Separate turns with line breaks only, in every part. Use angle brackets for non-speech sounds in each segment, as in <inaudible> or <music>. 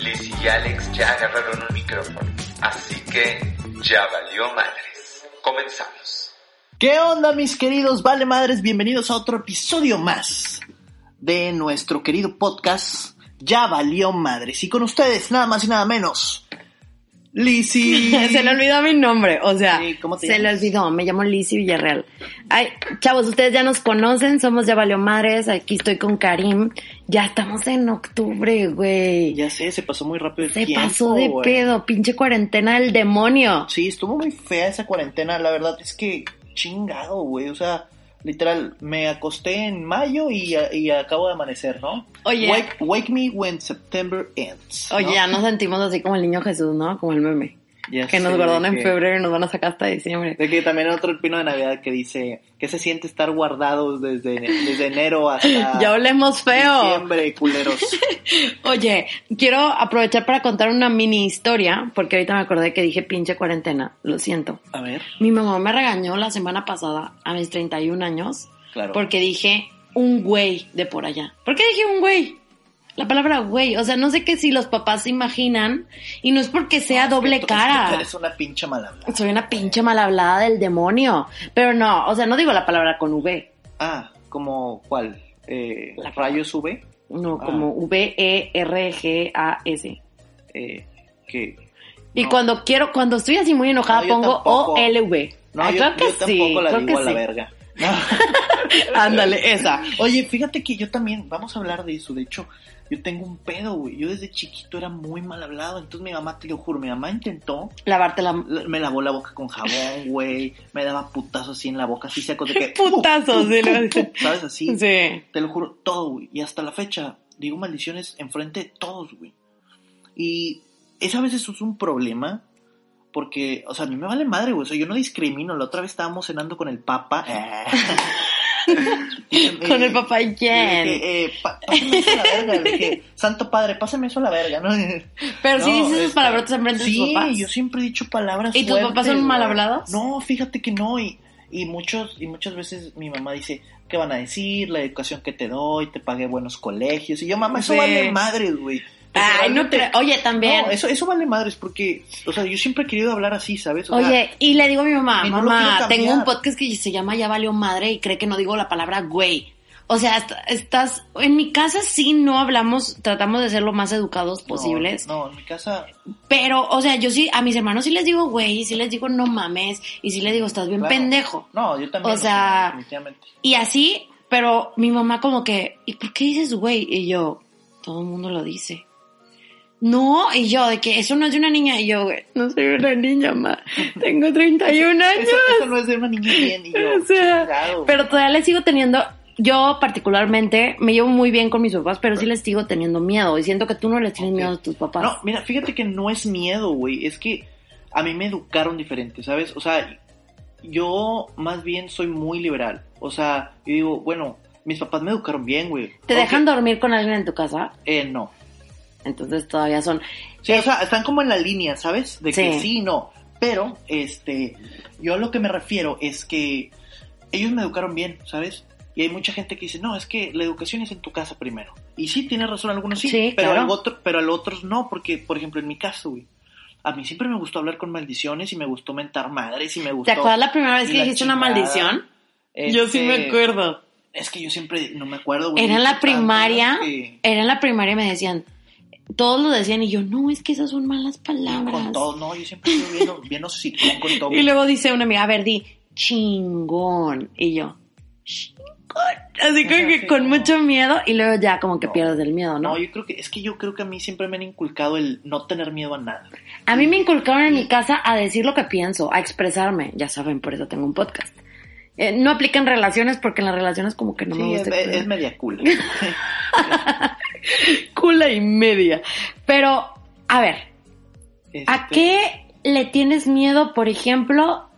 Liz y Alex ya agarraron un micrófono, así que ya valió madres. Comenzamos.
¿Qué onda mis queridos Vale Madres? Bienvenidos a otro episodio más de nuestro querido podcast Ya Valió Madres. Y con ustedes, nada más y nada menos,
<laughs>
Lizzy.
se le olvidó mi nombre, o sea,
Sí, ¿cómo te
se le
llamas?
olvidó, me llamo Lizzy Villarreal. Ay, chavos, ustedes ya nos conocen, somos Ya Valió Madres, aquí estoy con Karim, ya estamos en octubre, güey.
Ya sé, se pasó muy rápido el
Se
tiempo,
pasó de
güey.
pedo, pinche cuarentena del demonio.
Sí, estuvo muy fea esa cuarentena, la verdad es que chingado, güey, o sea... Literal, me acosté en mayo y, y acabo de amanecer, ¿no?
Oye.
Wake, wake me when September ends. ¿no?
Oye, ya nos sentimos así como el niño Jesús, ¿no? Como el meme.
Ya
que nos
sé,
guardaron
de
en
que-
febrero y nos van a sacar hasta diciembre.
De que también hay otro pino de Navidad que dice que se siente estar guardados desde, desde enero hasta
<laughs> Ya olemos feo.
diciembre, culeros.
Oye, quiero aprovechar para contar una mini historia, porque ahorita me acordé que dije pinche cuarentena, lo siento.
A ver,
Mi mamá me regañó la semana pasada a mis 31 años
claro.
porque dije un güey de por allá. ¿Por qué dije un güey? La palabra güey, o sea, no sé qué si los papás se imaginan y no es porque sea
Es que
doble
tú- es que tú
cara.
eres una pinche mala hablada.
Soy una pinche mal hablada del demonio, pero no, o sea, no digo la palabra con V,
Ah, como cuál? Eh,
La-
rayos V.
no
Ah.
como V E R G A S.
Eh, que
Y
No.
cuando quiero, cuando estoy así muy enojada,
No, yo
pongo
tampoco.
OLV.
no,
Ah,
yo,
claro que
yo
sí,
tampoco la
claro
digo
que
a la
sí. <laughs>
verga. No.
Ándale, esa.
Oye, fíjate que yo también, vamos a hablar de eso. De hecho, yo tengo un pedo, güey. Yo desde chiquito era muy mal hablado. Entonces mi mamá, te lo juro, mi mamá intentó
Lavarte la
La- me lavó la boca con jabón, güey. Me daba putazos así en la boca, así secos de que.
<laughs>
uh,
Putazos, sí, lo dice.
¿Sabes? Así.
Sí.
Te lo juro, todo, güey. Y hasta la fecha, digo maldiciones enfrente de todos, güey. Y esa vez eso es un problema. Porque, o sea, a mí me vale madre, güey. O sea, yo no discrimino. La otra vez estábamos cenando con el papa. <laughs> Eh.
<laughs> Con el papá y
Le
quién.
dije, eh, pa- pásame eso a la verga. Le dije, santo padre, pásame eso a la verga, ¿no?
Pero si
No,
dices esas
este,
palabrotas enfrente de tus
Sí,
papás.
yo siempre he dicho palabras
¿Y tus
fuertes,
papás son mal
güey.
hablados?
No, fíjate que no. Y, y, muchos, y muchas veces mi mamá dice, ¿qué van a decir? La educación que te doy, te pagué buenos colegios. Y yo, mamá, eso
Sí.
vale madres, güey. O sea,
Ay, no
realmente-
creo. Oye, también.
No, eso, eso vale madres porque, o sea, yo siempre he querido hablar así, ¿sabes? O sea,
Oye, y le digo a mi mamá,
y no lo
mamá,
quiero
tengo
cambiar".
un podcast que se llama Ya valió madre y cree que no digo la palabra güey. O sea, est- estás, en mi casa sí no hablamos, tratamos de ser lo más educados
no,
posibles.
No, en mi casa,
Pero, o sea, yo sí, a mis hermanos sí les digo güey, y sí les digo no mames, y sí les digo estás bien
Claro.
pendejo.
no, yo también.
O sea,
definitivamente.
Y así, pero mi mamá como que, ¿y por qué dices güey? Y yo, todo el mundo lo dice. No, y yo, de que eso no es de una niña. Y yo, güey, no soy una niña, ma. Tengo 31 años.
Eso, eso no es de una niña bien. Y yo,
<laughs> O sea,
claro,
Pero todavía les sigo teniendo, yo particularmente me llevo muy bien con mis papás, pero sí les sigo teniendo miedo. Y siento que tú no les tienes
Ok.
miedo a tus papás.
No, mira, fíjate que no es miedo, güey. Es que a mí me educaron diferente, ¿sabes? O sea, yo más bien soy muy liberal. O sea, yo digo, bueno, mis papás me educaron bien, güey.
¿Te
Ok,
dejan dormir con alguien en tu casa?
Eh, no.
Entonces todavía son,
Sí, o sea, están como en la línea, ¿sabes? De que
Sí.
sí y no. Pero, este, yo a lo que me refiero es que ellos me educaron bien, ¿sabes? Y hay mucha gente que dice, no, es que la educación es en tu casa primero. Y sí, tienes razón, algunos sí,
Sí,
pero,
claro.
al otro, pero al otros no, porque, por ejemplo, en mi caso, güey, a mí siempre me gustó hablar con maldiciones y me gustó mentar madres y me gustó...
¿Te acuerdas la primera vez
Y
que
la
dijiste una
chingada.
maldición?
este,
acuerdo.
Es que yo siempre no me acuerdo, güey.
Era en la
Tanto, ¿no?
primaria,
Que-
era en la primaria y me decían, todos lo decían y yo, no, es que esas son malas
Con
palabras.
todo, no, yo siempre he sido bien, bien hocicón con todo.
<laughs> Y luego dice una amiga, a ver, di, chingón. Y yo, chingón. Así como que con mucho miedo y luego ya como que
No.
pierdes el miedo, ¿no?
No, yo creo que es que yo creo que a mí siempre me han inculcado el no tener miedo a nada.
A mí me inculcaron en mi casa a decir lo que pienso, a expresarme. Ya saben, por eso tengo un podcast. Eh, no aplican relaciones porque en las relaciones como que no me
sí, es,
gusta.
es-
<laughs> expresar.
es media cool.
Cula y media. Pero, a ver, ¿a
Este,
qué le tienes miedo, por ejemplo,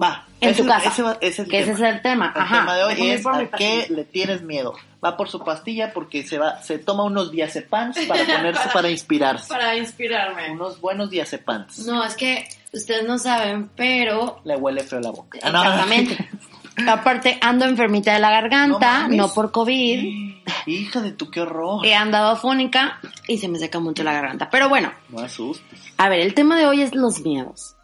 Va.
en
ese-
tu casa?
Ese, va- ese es el
que ese
tema.
es el tema.
El
Ajá.
tema de hoy
Déjame ir
es
por mi
a qué
pastilla.
le tienes miedo. Va por su pastilla porque se va, se toma unos diazepams
<laughs>
para ponerse para, inspirarse.
Para inspirarme.
Unos buenos diazepams.
No, es que ustedes no saben, pero
Le huele feo la boca. Ah, no.
Exactamente. Aparte, ando enfermita de la garganta,
No
no,
mames.
por COVID. Eh,
Hija de tu qué horror.
He andado afónica y se me seca mucho la garganta. Pero bueno,
No asustes.
a ver, el tema de hoy es los miedos.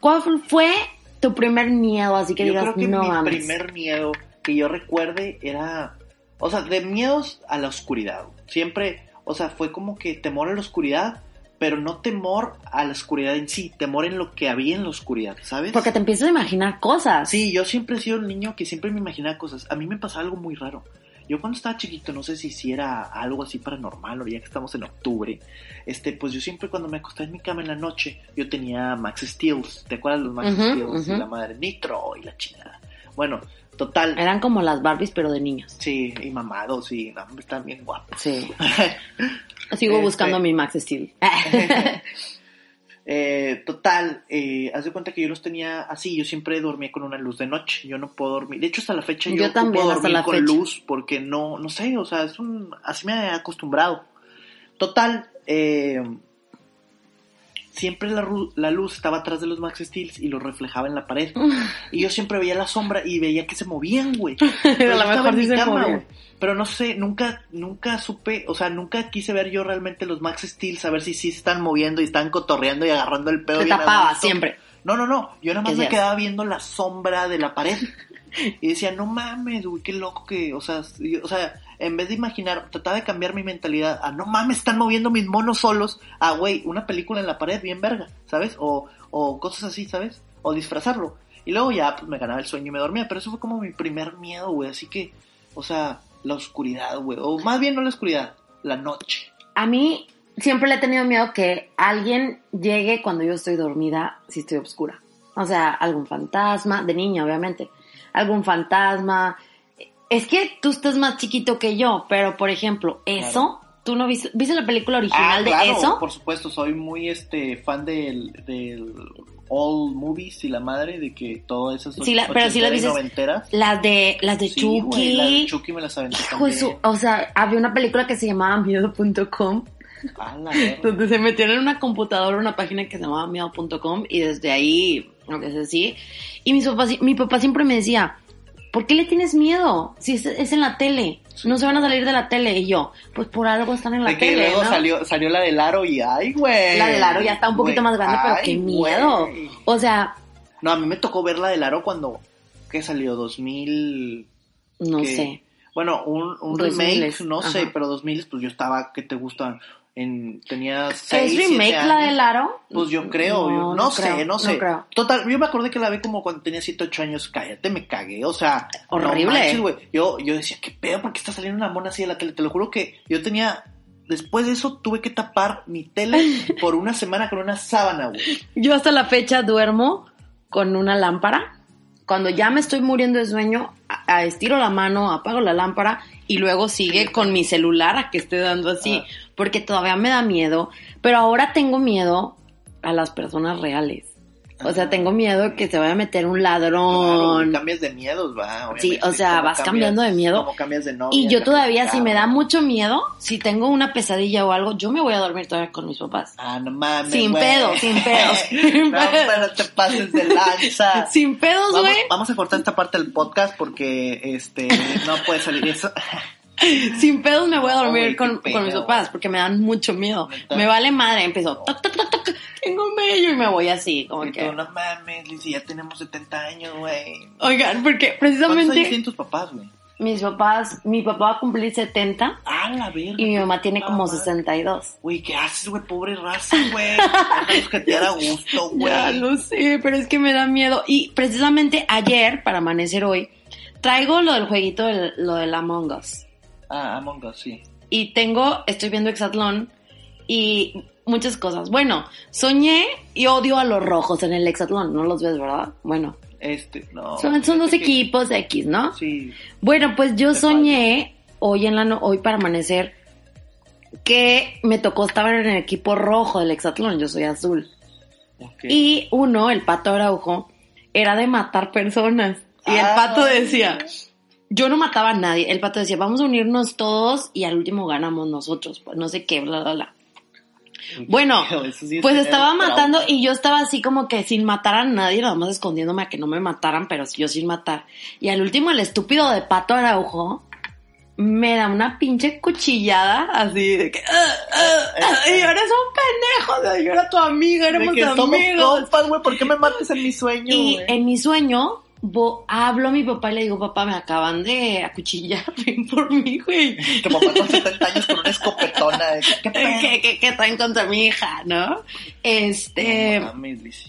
¿Cuál fu- fue tu primer miedo? Así que
yo
digas,
creo que
no
mi
mames.
primer miedo que yo recuerde era, o sea, de miedos a la oscuridad. Siempre, o sea, fue como que temor a la oscuridad, pero no temor a la oscuridad en sí, temor en lo que había en la oscuridad, ¿sabes?
Porque te empiezas a imaginar cosas.
Sí, yo siempre he sido el niño que siempre me imaginaba cosas. A mí me pasaba algo muy raro. Yo cuando estaba chiquito, no sé si hiciera algo así paranormal, ahora ya que estamos en octubre, este, pues yo siempre cuando me acostaba en mi cama en la noche, yo tenía Max Steel, ¿te acuerdas de los Max
Ujú,
Steel?
ujú.
Y la madre Nitro y la chingada. Bueno, total,
Eran como las Barbies, pero de niños.
sí, y mamado, sí, no, hombre, están bien guapos.
Sí. Sigo
<laughs> Este-
buscando mi Max
<laughs>
Steel.
Eh, total, eh, haz de cuenta que yo los tenía así, yo siempre dormía con una luz de noche, yo no puedo dormir, de hecho hasta la fecha yo,
Yo
ocupo
también, hasta
dormir
la
con
fecha.
luz porque no, no sé, o sea, es un, así me he acostumbrado. Total, eh, siempre la, ru- la luz estaba atrás de los Max Steels y los reflejaba en la pared.
<laughs>
Y yo siempre veía la sombra y veía que se movían, güey. Pero
<laughs> a
yo estaba
lo mejor
en
sí
mi
se
cama,
movían.
güey. Pero no sé, nunca, nunca supe, o sea, nunca quise ver yo realmente los Max Steel, a ver si sí se están moviendo y están cotorreando y agarrando el pedo.
Te
bien a
tapaba
gusto.
siempre.
No, no, no. Yo nada más
¿Qué
me
hacías?
quedaba viendo la sombra de la pared. Y decía, no mames, güey, qué loco que, o sea, sí, o sea, en vez de imaginar, trataba de cambiar mi mentalidad a, no mames, están moviendo mis monos solos, a, güey, una película en la pared, bien verga, ¿sabes? O, o cosas así, ¿sabes? O disfrazarlo. Y luego ya, pues me ganaba el sueño y me dormía, pero eso fue como mi primer miedo, güey, así que, o sea, la oscuridad, güey, o más bien no la oscuridad, la noche.
A mí siempre le he tenido miedo que alguien llegue cuando yo estoy dormida, si estoy oscura. O sea, algún fantasma, de niña obviamente, algún fantasma. Es que tú estás más chiquito que yo, pero por ejemplo, eso, ¿tú no viste, viste la película original de eso?
Ah, por supuesto, soy muy este fan del, del all movies y la madre de que todas esas
Sí, la- pero sí la
ochenteras y
dices-
noventeras.
Las de, las de
Sí,
Chucky.
güey, la de Chucky me las aventé
Hijo de su-
también.
o sea, había una película que se llamaba miedo.com
A la verga.
Donde se metieron en una computadora, una página que se llamaba miedo.com y desde ahí, desde así. Y mis papás, mi papá siempre me decía, ¿por qué le tienes miedo? Si es, es en la tele, no se van a salir de la tele. Y yo, pues por algo están en la
De que
tele,
luego
¿no?".
salió, salió la del aro y ay, güey.
La del aro ya está un poquito
Güey,
más grande, pero
ay,
qué miedo.
güey.
O sea,
No, a mí me tocó ver la del aro cuando, ¿qué salió? 2000...
no
que-
sé.
Bueno, un, un
2000,
remake, no
ajá.
sé, pero 2000, pues yo estaba, ¿qué te gusta? En, tenía
¿Es
seis, siete
remake la
años.
del aro?
Pues yo creo, yo- no, sé,
creo,
no sé.
creo.
Total, yo me acordé que la vi como cuando tenía 7, 8 años, cállate, me cagué, o sea,
Horrible.
no manches, güey. yo, yo decía, ¿qué pedo? ¿Por qué está saliendo una mona así de la tele? Te lo juro que yo tenía, después de eso tuve que tapar mi
<laughs>
tele por una semana con una sábana, güey.
Yo hasta la fecha duermo con una lámpara. Cuando ya me estoy muriendo de sueño, a- a- estiro la mano, apago la lámpara y luego sigue con mi celular a que esté dando así,
Ah.
porque todavía me da miedo, pero ahora tengo miedo a las personas reales. O sea,
Ah.
tengo miedo que se vaya a meter un
Claro, güey,
ladrón.
cambias de miedos, va. obviamente,
Sí, o sea,
¿cómo
vas cambiando de miedo.
cómo cambias de novia.
y yo
cambias
todavía,
de
si me da
carro.
mucho miedo, si tengo una pesadilla o algo, yo me voy a dormir todavía con mis papás.
Ah, no mames,
Sin
güey.
pedos, sin pedos,
<laughs>
sin
no,
pedos.
pero te pases de
<laughs>
lanza.
Sin pedos,
Vamos,
güey.
vamos a cortar esta parte del podcast porque este no puede salir
<laughs>
eso.
Sin pedos me voy a dormir
Ay, qué
con,
pena,
con mis papás
güey.
porque me dan mucho miedo.
Neta.
Me vale madre, empiezo, toc, toc, toc, toc, tengo un bello y me voy así, como
Y
que...
tú, no mames, Lizzy, ya tenemos 70 años, güey.
Oigan, porque
¿Cuántos años tienen
precisamente
tus papás, güey?
mis papás, mi papá va a cumplir 70
Ah, la verga.
y mi mamá tiene como
Mamá.
62.
Güey, ¿qué haces, güey? Pobre raza,
<laughs>
güey. Déjalos que te hará gusto,
Ya
güey.
lo sé, pero es que me da miedo. Y precisamente ayer, para amanecer hoy, traigo lo del jueguito, del- lo del Among Us.
Ah, Among Us, sí.
y tengo, estoy viendo Exatlón y muchas cosas. Bueno, soñé y odio a los rojos en el Exatlón, no los ves, ¿verdad? Bueno,
Este, no.
son, son dos
fíjate que-
equipos X, ¿no?
Sí.
Bueno, pues yo
Te
soñé hoy en la no- hoy para amanecer que me tocó estar en el equipo rojo del hexatlón, yo soy azul.
Ok. <laughs>
Y uno, el pato Araujo, era de matar personas. Y el
Ah.
pato decía, yo no mataba a nadie. El pato decía, vamos a unirnos todos y al último ganamos nosotros. pues, No sé qué, bla, bla, bla. Bueno,
<laughs> Eso sí es
pues
tener
estaba
trauma.
matando y yo estaba así como que sin matar a nadie, nada más escondiéndome a que no me mataran, pero yo sin matar. Y al último el estúpido de Pato Araujo me da una pinche cuchillada así de que... "Ah, ah, ah", y yo, eres un pendejo, o sea, yo era tu amiga,
De
éramos
que somos
amigos.
compas, güey, ¿por qué me mates en mi sueño,
Y
güey?
en mi sueño bo- hablo a mi papá y le digo, papá, me acaban de acuchillar, <laughs> ven por mí, güey.
Tu papá con 70 años con una escopetona. de
<laughs>
que, ¿Qué pedo?
¿Qué, qué, qué traen contra mi hija, no? Este...
No mames, Liz.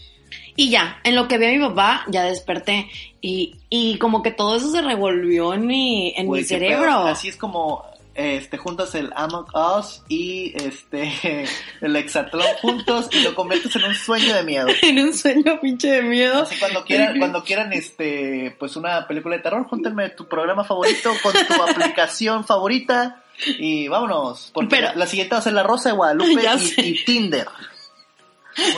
Y ya, en lo que vi a mi papá, ya desperté. Y, y como que todo eso se revolvió en mi, en
Güey,
mi
qué pedo.
cerebro.
Así es como este, juntas el Among Us y este, <laughs> el Hexatlón juntos y lo conviertes en un sueño de miedo.
<laughs> En un sueño pinche de miedo. <laughs>
Así cuando quieran, cuando quieran este, pues una película de terror, júntenme tu programa favorito con tu <laughs> aplicación favorita y vámonos. Porque
Pero-
la siguiente va a ser La Rosa de Guadalupe
Ya
y,
sé.
y Tinder.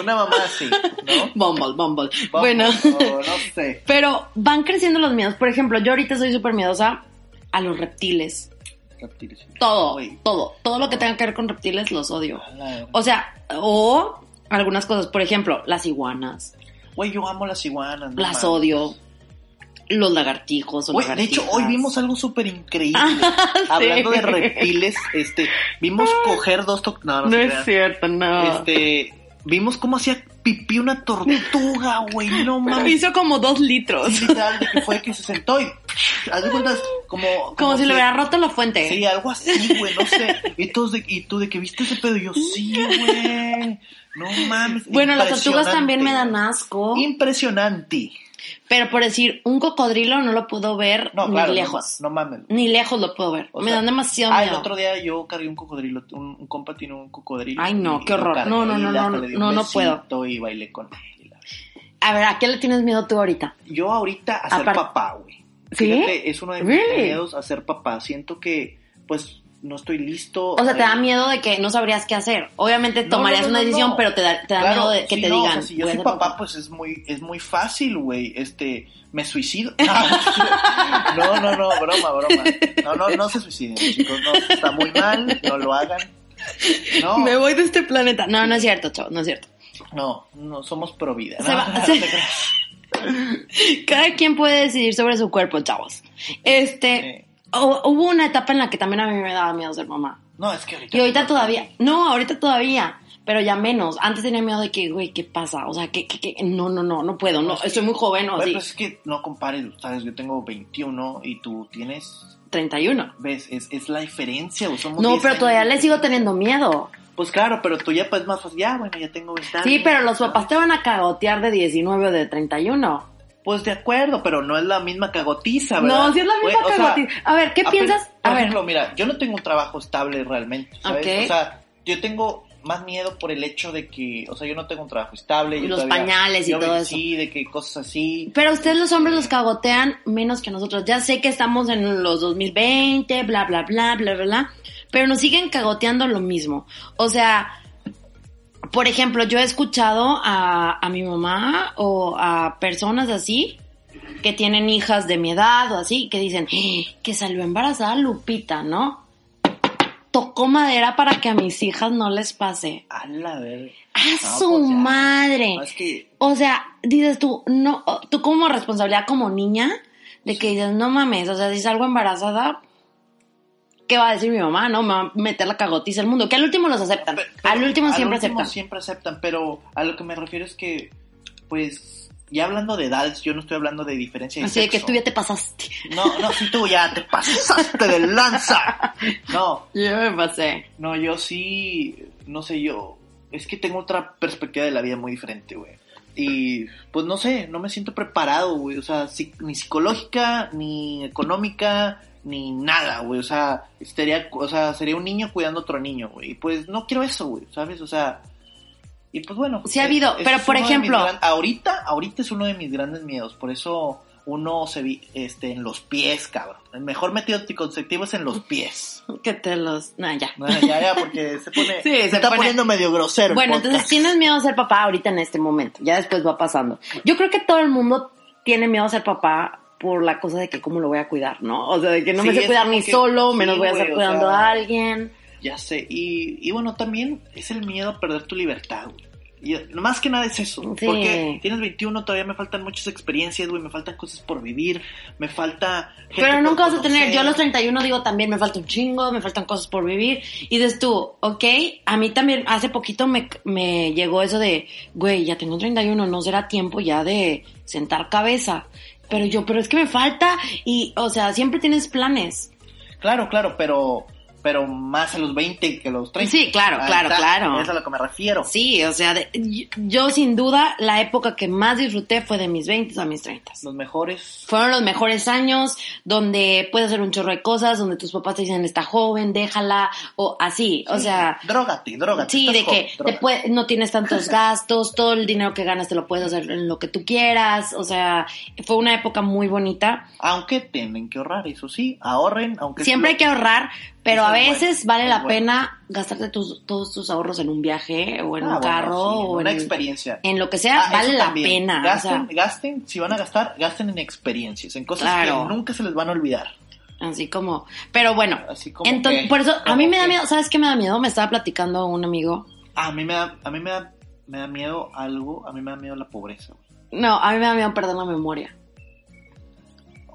Una mamá así, ¿no?
Bumble, bumble.
Vamos,
bueno, <laughs>
o no sé.
pero van creciendo los miedos. Por ejemplo, yo ahorita soy súper miedosa a los reptiles.
Reptiles.
Todo,
Uy.
todo. Todo lo que tenga que ver con reptiles los odio.
A la-
O sea, o algunas cosas. Por ejemplo, las iguanas.
Güey, yo amo las iguanas. no
Las
mames.
odio. Los lagartijos. o
Güey, de hecho, hoy
lagartijas.
vimos algo súper
<laughs>
increíble.
Ah,
Hablando de reptiles, este, vimos coger dos... to- No, no,
No
se
es
crean.
cierto, no.
Este, vimos cómo hacía pipí una tortuga, güey,
<laughs>
no
Pero
mames.
hizo como dos litros.
Literal, de que fue que se sentó y... Haz de cuentas, como...
<laughs> Como si le hubiera roto la fuente.
Sí, algo así, güey, no sé. Y, todos de- y tú de que viste ese pedo, y yo, sí, güey. No mames.
bueno, las tortugas también me dan
impresionante.
asco.
Impresionante.
Pero por decir, un cocodrilo no lo puedo ver
No,
ni
claro. no
lejos.
ma- No, mames.
Ni lejos lo puedo ver.
O
me
sea,
dan demasiado
Ah, el
miedo.
otro día yo cargué un cocodrilo, un, un compa tiene un cocodrilo.
Ay, no,
y
qué
lo
horror.
cargué
No, no,
y
no,
hasta
no,
le di un
no, no puedo.
besito Y bailé con él.
A ver, ¿a qué le tienes miedo tú ahorita?
Yo ahorita a ser
Aparte-
papá, güey.
¿Sí?
Fíjate, es uno de mis
Really?
miedos a ser papá. Siento que, pues, no estoy listo. eh,
O sea, te da
Ay,
miedo de que no sabrías qué hacer. Obviamente
No,
tomarías
no, no,
una
no,
decisión,
no.
pero te da, te da
Claro,
miedo de que
sí,
te
no, o sea,
digan.
si yo
voy a
soy
ser
papá, pues es muy, es muy fácil, güey. Este, me
<laughs>
suicido. no, no, no, broma, broma. No, no, no se suiciden, chicos. No, está muy mal, no lo hagan. No,
Me voy de este planeta. No, no es cierto, chavo, no es cierto.
no, no somos pro vida.
Se
¿no? <laughs>
va- se-
Te creas.
Cada quien puede decidir sobre su cuerpo, chavos. Este,
Eh,
hu- hubo una etapa en la que también a mí me daba miedo ser mamá.
No, es que ahorita.
Y ahorita todavía, no, ahorita todavía, pero ya menos. Antes tenía miedo de que, güey, ¿qué pasa? O sea, que, que, que- no, no, no, no puedo, no, estoy muy joven, o
Güey,
así,
pues es que no compares, ¿sabes? Yo tengo 21 y tú tienes.
31.
¿Ves? Es, es la diferencia, o somos
No,
10
pero todavía
años.
le sigo teniendo miedo.
Pues claro, pero tú ya pues más fácil. Ya, bueno, ya tengo 20
Sí,
años,
pero los
¿sabes?
papás te van a cagotear de 19 o de 31.
Pues de acuerdo, pero no es la misma cagotiza, ¿verdad?
No, si es la misma
Güey, o sea,
cagotiza. a ver, ¿qué
apenas-
piensas?
Por
A ver,
ejemplo, mira, yo no tengo un trabajo estable realmente, ¿sabes?
Ok.
O sea, yo tengo más miedo por el hecho de que, o sea, yo no tengo un trabajo estable. yo
Los
todavía-
pañales y
yo
todo
Sí, de que cosas así.
Pero ustedes los hombres los cagotean menos que nosotros. Ya sé que estamos en los 2020, bla, bla, bla, bla, bla, bla. Pero nos siguen cagoteando lo mismo. O sea, por ejemplo, yo he escuchado a, a mi mamá o a personas así que tienen hijas de mi edad o así, que dicen "Eh, que salió embarazada Lupita, ¿no? Tocó madera para que a mis hijas no les pase.
A la verga.
¡A
No,
su
pues ya.
madre!
No, es que
O sea, dices tú, no, tú como responsabilidad como niña, de que dices, no mames, o sea, si salgo embarazada, ¿qué va a decir mi mamá? No, me va a meter la cagotiza al mundo, que al último los aceptan,
Pe- pero
al último
al
siempre
último
aceptan.
siempre aceptan, pero a lo que me refiero es que, pues, ya hablando de edades, yo no estoy hablando de diferencia de
Así de que
sexo.
tú ya te pasaste. <laughs>
No, no, si tú ya te pasaste de lanza.
<laughs>
No,
Yo me pasé.
no, yo sí, no sé, yo, es que tengo otra perspectiva de la vida muy diferente, güey. Y pues no sé, no me siento preparado, güey. O sea, si- ni psicológica, ni económica, ni nada, güey. O sea, estaría, o sea, sería un niño cuidando a otro niño, güey. Y pues no quiero eso, güey, ¿sabes? O sea, y pues bueno.
Sí ha
eh,
habido,
ese
pero
es
por
uno de mis
ejemplo-
gran- ahorita, ahorita es uno de mis grandes miedos. Por eso uno se vi- este, en los pies, cabrón. El mejor método anticonceptivo es en los pies.
Que te los. Nah, ya.
Bueno, ya, ya, porque se pone.
Sí,
se,
se
está
pone-
poniendo medio grosero. el
Bueno,
podcast.
entonces tienes miedo a ser papá ahorita en este momento. Ya después va pasando. Yo creo que todo el mundo tiene miedo a ser papá por la cosa de que cómo lo voy a cuidar, ¿no? O sea, de que no
Sí,
me sé
es
cuidar
como
ni
que-
solo,
sí,
menos voy a
güey,
estar
o
cuidando
sea-
a alguien.
Ya sé. Y, y bueno, también es el miedo a perder tu libertad, güey. Y más que nada es eso.
Sí.
Porque tienes 21, todavía me faltan muchas experiencias, güey. Me faltan cosas por vivir. Me falta. gente
Pero
por
nunca vas a tener,
conocer.
yo a los 31 digo también, me falta un chingo, me faltan cosas por vivir. Y dices tú, ok, a mí también hace poquito me, me llegó eso de, güey, ya tengo 31, no será tiempo ya de sentar cabeza. Pero yo, pero es que me falta y, o sea, siempre tienes planes.
Claro, claro, pero. Pero más a los 20 que a los 30.
Sí, claro,
Ahí
claro,
está.
claro.
Es a lo que me refiero.
Sí, o sea, de- yo, yo sin duda la época que más disfruté fue de mis 20 a mis 30.
Los mejores
Fueron los mejores años donde puedes hacer un chorro de cosas, donde tus papás te dicen, está joven, déjala, o así, o sea...
Drógate, drógate.
Sí,
estás
de que
joven,
te
drógate.
puede- no tienes
<laughs>
tantos gastos, todo el dinero que ganas te lo puedes hacer en lo que tú quieras, o sea, fue una época muy bonita.
Aunque tienen que ahorrar, eso sí, ahorren, aunque...
Siempre hay que ahorrar, pero
Eso
a
es
veces
bueno,
vale
es
la
bueno.
pena gastarte tus- todos tus ahorros en un viaje o en
Ah, bueno,
un carro
sí, en
o
una
en,
experiencia.
en lo que sea,
Ah,
vale
eso
la
también.
pena. o
Gasten,
sea,
gasten, si van a gastar, gasten en experiencias, en cosas
Claro.
que nunca se les van a olvidar.
Así como, pero bueno,
Así como
entonces,
que-
por eso a
como
mí me da
que-
miedo, ¿sabes qué me da miedo? Me estaba platicando un amigo,
A mí me da, a mí me da, me da miedo algo, a mí me da miedo la pobreza. güey.
no, a mí me da miedo perder la memoria.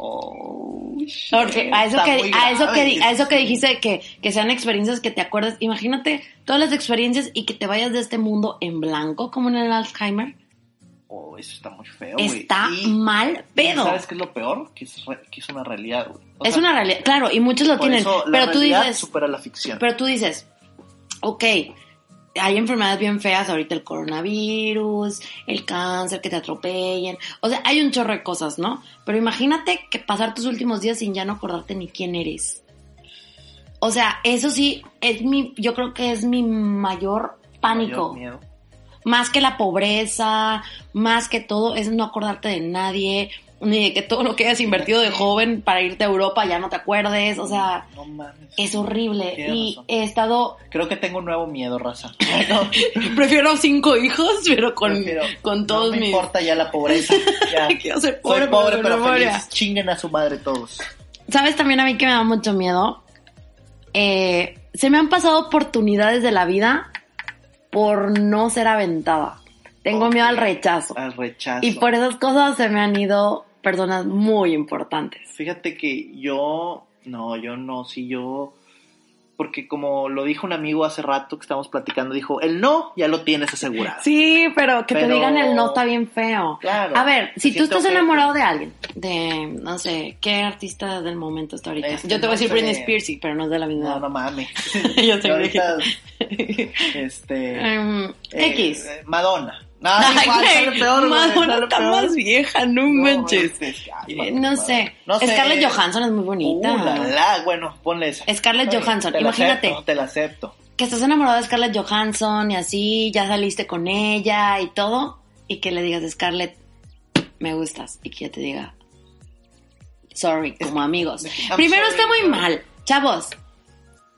Oh, shit,
Porque a eso
está
que,
muy
a eso que,
grave,
di- a eso que
sí.
dijiste que, que sean experiencias que te acuerdes, imagínate todas las experiencias y que te vayas de este mundo en blanco como en el Alzheimer,
Oh, eso está muy feo, güey.
está
Y-
mal pedo.
¿Sabes qué es lo peor? Que es, re- que es una realidad, güey. O
Es
sea,
una realidad, claro, y muchos lo
por
tienen,
eso la
pero tú
realidad
dices,
supera la ficción.
Pero tú dices, ok, hay enfermedades bien feas, ahorita el coronavirus, el cáncer, que te atropellen. O sea, hay un chorro de cosas, ¿no? Pero imagínate que pasar tus últimos días sin ya no acordarte ni quién eres. O sea, eso sí, es mi, yo creo que es mi mayor
Mayor
pánico.
miedo.
Más que la pobreza, más que todo, es no acordarte de nadie, ni de que todo lo que hayas invertido de joven para irte a Europa ya no te acuerdes. O sea,
No mames.
es horrible.
Tienes
y
razón.
he estado
Creo que tengo un nuevo miedo,
<laughs>
raza. No,
Prefiero cinco hijos, pero con,
prefiero-
con todos
no me
mis.
importa ya la pobreza.
<laughs>
ya.
Quiero ser pobre,
Soy pobre
pero
pero
con memoria.
feliz. Chinguen a su madre todos.
¿Sabes también a mí que me da mucho miedo? Eh, se me han pasado oportunidades de la vida por no ser aventada. Tengo
Ok.
miedo al rechazo.
Al rechazo.
Y por esas cosas se me han ido personas muy importantes.
Fíjate que yo... No, yo no. Si yo... Porque como lo dijo un amigo hace rato que estábamos platicando, dijo, el no ya lo tienes asegurado.
Sí, pero que te
Pero-
digan el no está bien feo.
Claro.
A ver,
Me
si tú
siento pues.
estás
que-
enamorado de alguien, de, no sé, ¿qué artista del momento está ahorita?
Este,
Yo te voy a
no
decir
sé.
Britney Spears, sí, pero no es de la misma edad.
No, no mames.
<laughs> Yo soy
Yo ahorita,
viejita.
Este...
<laughs> Em,
eh,
X.
eh, Madonna. No,
<laughs> Ay,
igual,
güey,
sale peor, güey,
Madonna
sale
está
peor.
más vieja, no, manches.
manches. Ay,
Eh,
Madonna,
No sé.
Madonna. No sé.
Scarlett Johansson es muy bonita.
Uh, la, la, bueno, ponle esa.
Scarlett
Está bien,
Johansson,
te la
imagínate.
acepto, te la acepto.
Que estás enamorado de Scarlett Johansson y así, ya saliste con ella y todo, y que le digas, Scarlett, me gustas, y que ella te diga, sorry, como amigos.
I'm
Primero
sorry.
está muy mal, chavos,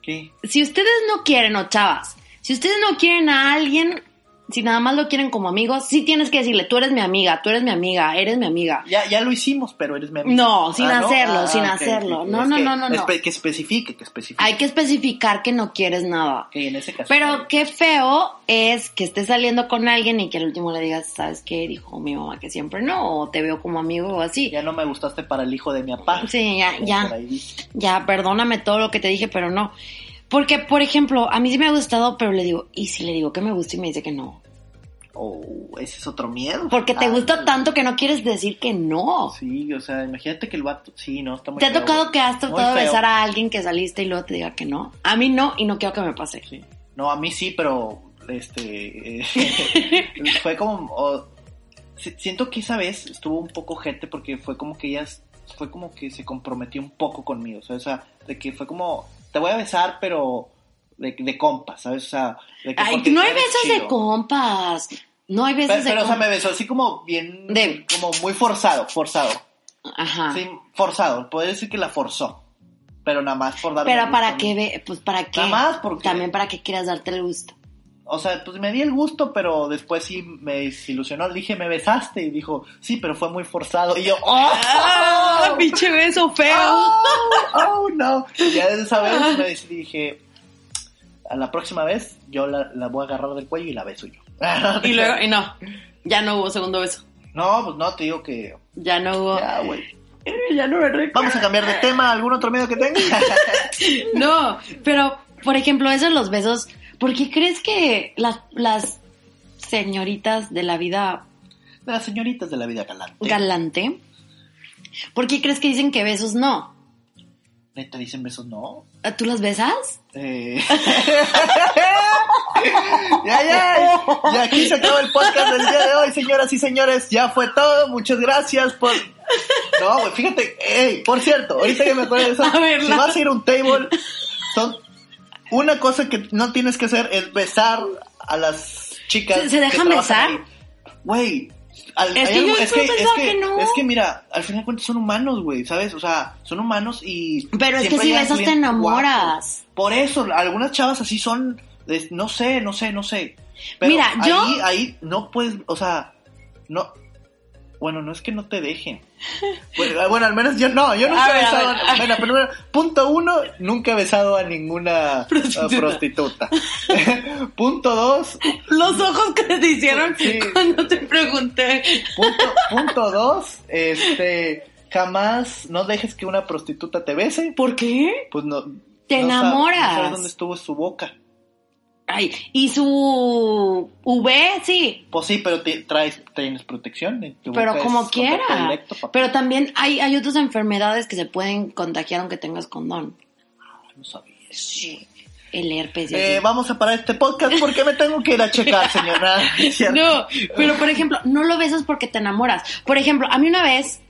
¿Qué?
si ustedes no quieren, o chavas, si ustedes no quieren a alguien, si nada más lo quieren como amigos, sí tienes que decirle, tú eres mi amiga, tú eres mi amiga, eres mi amiga.
Ya, ya lo hicimos, pero eres mi amigo.
No, sin hacerlo, sin
Ah, ok,
hacerlo.
ok,
No,
es
no,
que
no, no, no.
espe- que especifique, que especifique.
Hay que especificar que no quieres nada.
Ok, en ese caso.
Pero qué feo es que estés saliendo con alguien y que al último le digas, ¿sabes qué? Dijo mi mamá que siempre no, o te veo como amigo o así.
Ya no me gustaste para el hijo de mi papá.
Sí, ya,
Como
ya.
por ahí dice.
ya, perdóname todo lo que te dije, pero no. Porque, por ejemplo, a mí sí me ha gustado, pero le digo, ¿y si le digo que me gusta y me dice que no?
Oh, ese es otro miedo.
Porque te
Ah,
gusta tanto que no quieres decir que no.
Sí, o sea, imagínate que el vato. Sí, no, está muy
¿Te ha
feo,
tocado
güey.
que has
Muy
tratado de
feo.
besar a alguien que saliste y luego te diga que no? A mí no y no quiero que me pase.
Sí. No, a mí sí, pero este eh, <laughs> fue como o- si- siento que esa vez estuvo un poco gente porque fue como que ella s- fue como que se comprometió un poco conmigo, o sea, o sea, de que fue como te voy a besar, pero de, de compas, ¿sabes? O sea, de que <laughs>
Ay,
porque
no hay
eres
besos de
chido.
compas. No hay
Pero,
besos de
pero, o sea,
compas.
me besó así como bien,
De-
como muy forzado, forzado.
Ajá.
Sí, forzado. Podría decir que la forzó. Pero nada más por darme
Pero
el
para
gusto,
qué
¿no?
ve, pues para qué.
Nada más porque-
También para que quieras darte el gusto.
O sea, pues me di el gusto, pero después sí me desilusionó. Le dije, me besaste. Y dijo, sí, pero fue muy forzado. Y yo, ¡oh!
¡Ah! <laughs> ¡Pinche beso feo!
¡Oh, no! Y ya desde esa vez me decidí, dije, a la próxima vez yo la, la voy a agarrar del cuello y la beso yo.
<laughs> Y luego, y no. Ya no hubo segundo beso.
No, pues no, te digo que...
Ya no hubo.
Ya, güey.
Ya no me recuerdo.
Vamos a cambiar de tema. ¿Algún otro miedo que tengas?
No, pero, por ejemplo, esos los besos. ¿Por qué crees que las, las señoritas de la vida
De <laughs> las señoritas de la vida galante.
galante, por qué crees que dicen que besos no?
Neta, dicen besos, no.
¿Tú las besas?
Eh. <laughs> ya, ya. Y aquí se acaba el podcast del día de hoy, señoras y señores. Ya fue todo. Muchas gracias por. No, güey, fíjate. Ey, por cierto, ahorita que me acuerdo de eso,
<laughs> A ver,
si
no.
vas a ir a un table, son. Una cosa que no tienes que hacer es besar a las chicas.
¿Se- se
que
dejan
trabajan
besar?
ahí. Güey. al-
Es
hay
que
algo-
yo siempre pensaba que no.
es que mira, al final de cuentas son humanos, güey, ¿sabes? O sea, son humanos y.
Pero es que
siempre
si
llegan
besas te
clientes
enamoras.
guapos. Por eso, algunas chavas así son, es- no sé, no sé, no sé. Pero
Mira,
ahí,
yo-
ahí no puedes, o sea, no. Bueno, no es que no te
<laughs>
dejen. Bueno, bueno, al menos yo no, yo nunca
A
he
ver, a
besado.
ver.
Bueno, primero, punto uno, nunca he besado a ninguna eh,
Prostituta.
prostituta. <laughs> punto dos,
Los ojos que te hicieron
Sí.
cuando te pregunté.
punto, punto dos, este, jamás no dejes que una prostituta te bese.
¿Por qué?
Pues no.
Te
no sab- no
enamoras.
sabes dónde estuvo su boca.
Ay, y su V, sí.
Pues sí, pero te, traes, tienes protección. y tu
Pero
boca
como
es contacto
quiera.
directo, papá.
Pero también hay, hay otras enfermedades que se pueden contagiar aunque tengas condón.
No sabía.
Sí. El herpes. y
Eh, <laughs>
así.
vamos a parar este podcast porque me tengo que ir a checar,
<laughs>
señora.
No, pero por ejemplo, no lo besas porque te enamoras. Por ejemplo, a mí una vez,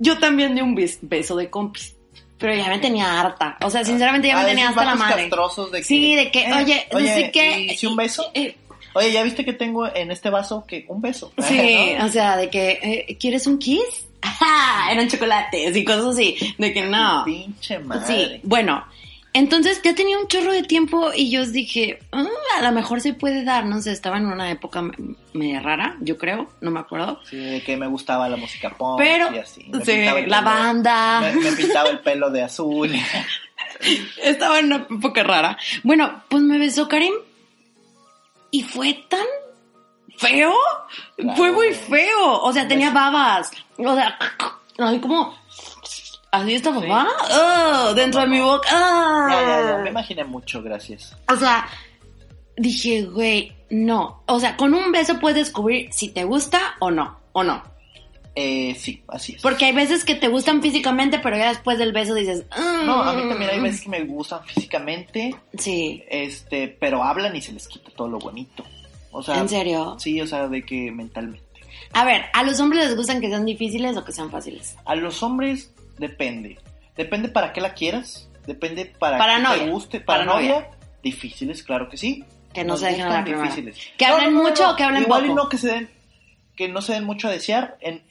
yo también di un bes- beso de compis. Pero ya me tenía harta. O sea, sinceramente ya me
Ah,
tenía
esos
hasta la
vatos
madre.
castrosos de que,
Sí, de que,
eh,
oye, no
oye,
sé qué.
¿y si un beso?
Eh,
Oye, ¿ya viste que tengo en este vaso que un beso?
Sí,
<laughs> ¿no?
o sea, de que, eh, ¿quieres un kiss? Ajá, eran chocolates y cosas así. De que no.
Pinche madre.
Sí, bueno. Entonces ya tenía un chorro de tiempo y yo dije, "Mm, a lo mejor se puede dar, no sé, estaba en una época m- media rara, yo creo, no me acuerdo.
Sí, de que me gustaba la música pop
Pero,
y así. Me
sí,
pintaba el
la
pelo-
banda.
Me, me pintaba el pelo de
<laughs>
azul.
Estaba en una época rara. Bueno, pues me besó Karim y fue tan feo.
Claro.
Fue muy feo. O sea, tenía babas. O sea, así como. Así esta papá. Ah, dentro de mi boca. Ah.
Ya, ya, ya, me imaginé mucho, gracias.
O sea, dije, güey, no. O sea, con un beso puedes descubrir si te gusta o no. O no.
Eh, sí, así es.
Porque hay veces que te gustan físicamente, pero ya después del beso dices. "Mm".
No, a mí también hay veces que me gustan físicamente,
Sí.
este, pero hablan y se les quita todo lo bonito. O sea,
¿En serio?
Sí, o sea, de que mentalmente.
A ver, ¿a los hombres les gustan que sean difíciles o que sean fáciles?
A los hombres depende. Depende para qué la quieras, depende para,
Para
qué te
novia.
guste, para,
Para
novia.
novia.
Difíciles, claro que sí.
Que no
Nos
se dejen a
gustan
la primera.
difíciles.
Que
No,
hablen
no, no,
mucho
no.
o que hablen
Igual
poco.
y no que se den que no se den mucho a desear en